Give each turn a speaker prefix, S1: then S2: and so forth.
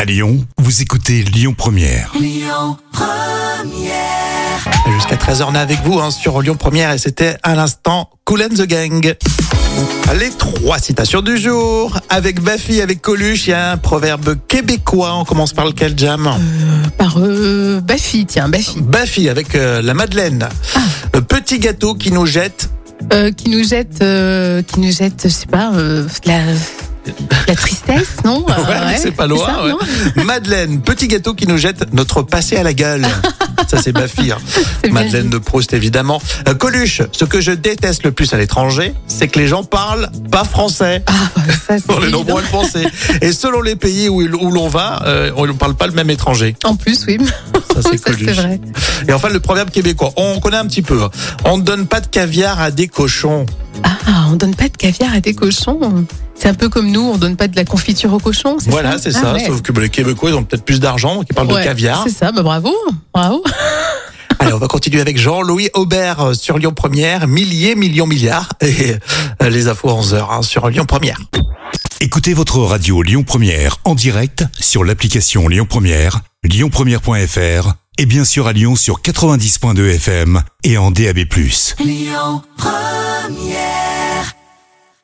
S1: À Lyon, vous écoutez Lyon Première.
S2: Jusqu'à 13h, on est avec vous hein, sur Lyon Première et c'était à l'instant Cool and the Gang. Les trois citations du jour. Avec Baffy, avec Coluche, il y a un proverbe québécois. On commence par lequel, Jam
S3: Mm. Par euh, Baffy, tiens, Baffy.
S2: Baffy avec euh, la Madeleine.
S3: Ah.
S2: Le petit gâteau qui nous jette.
S3: Euh, qui nous jette, euh, qui nous jette, je sais pas, euh, de la, de la tristesse, non Euh,
S2: Ouais, c'est pas loin.
S3: ça,
S2: ouais.
S3: non
S2: Madeleine, petit gâteau qui nous jette notre passé à la gueule. Ça, c'est Baffy. hein.
S3: C'est bien
S2: Madeleine de Proust, évidemment. Euh, Coluche, ce que je déteste le plus à l'étranger, c'est que les gens parlent pas français.
S3: Ah, bah, ça, c'est
S2: On est
S3: évident.
S2: nombreux à le penser. Et selon les pays où, où l'on va, euh, on ne parle pas le même étranger.
S3: En plus, oui.
S2: Ça, c'est
S3: Ça, c'est
S2: Coluche.
S3: vrai.
S2: Et enfin, le proverbe québécois. On connaît un petit peu. hein. On ne donne pas de caviar à des cochons.
S3: Ah, on donne pas de caviar à des cochons. C'est un peu comme nous, on donne pas de la confiture aux cochons. c'est
S2: Voilà,
S3: ça
S2: c'est
S3: Ah,
S2: ça.
S3: ouais.
S2: Sauf que bah, les Québécois, ils ont peut-être plus d'argent, donc ils parlent
S3: Ouais,
S2: de caviar.
S3: C'est ça, bah bravo, bravo.
S2: Allez, on va continuer avec Jean-Louis Aubert euh, sur Lyon Première. Milliers, millions, milliards. Et euh, les infos à 11h hein, sur Lyon Première.
S1: Écoutez votre radio Lyon Première en direct sur l'application Lyon Première, lyonpremière.fr et bien sûr à Lyon sur 90.2 FM et en DAB+.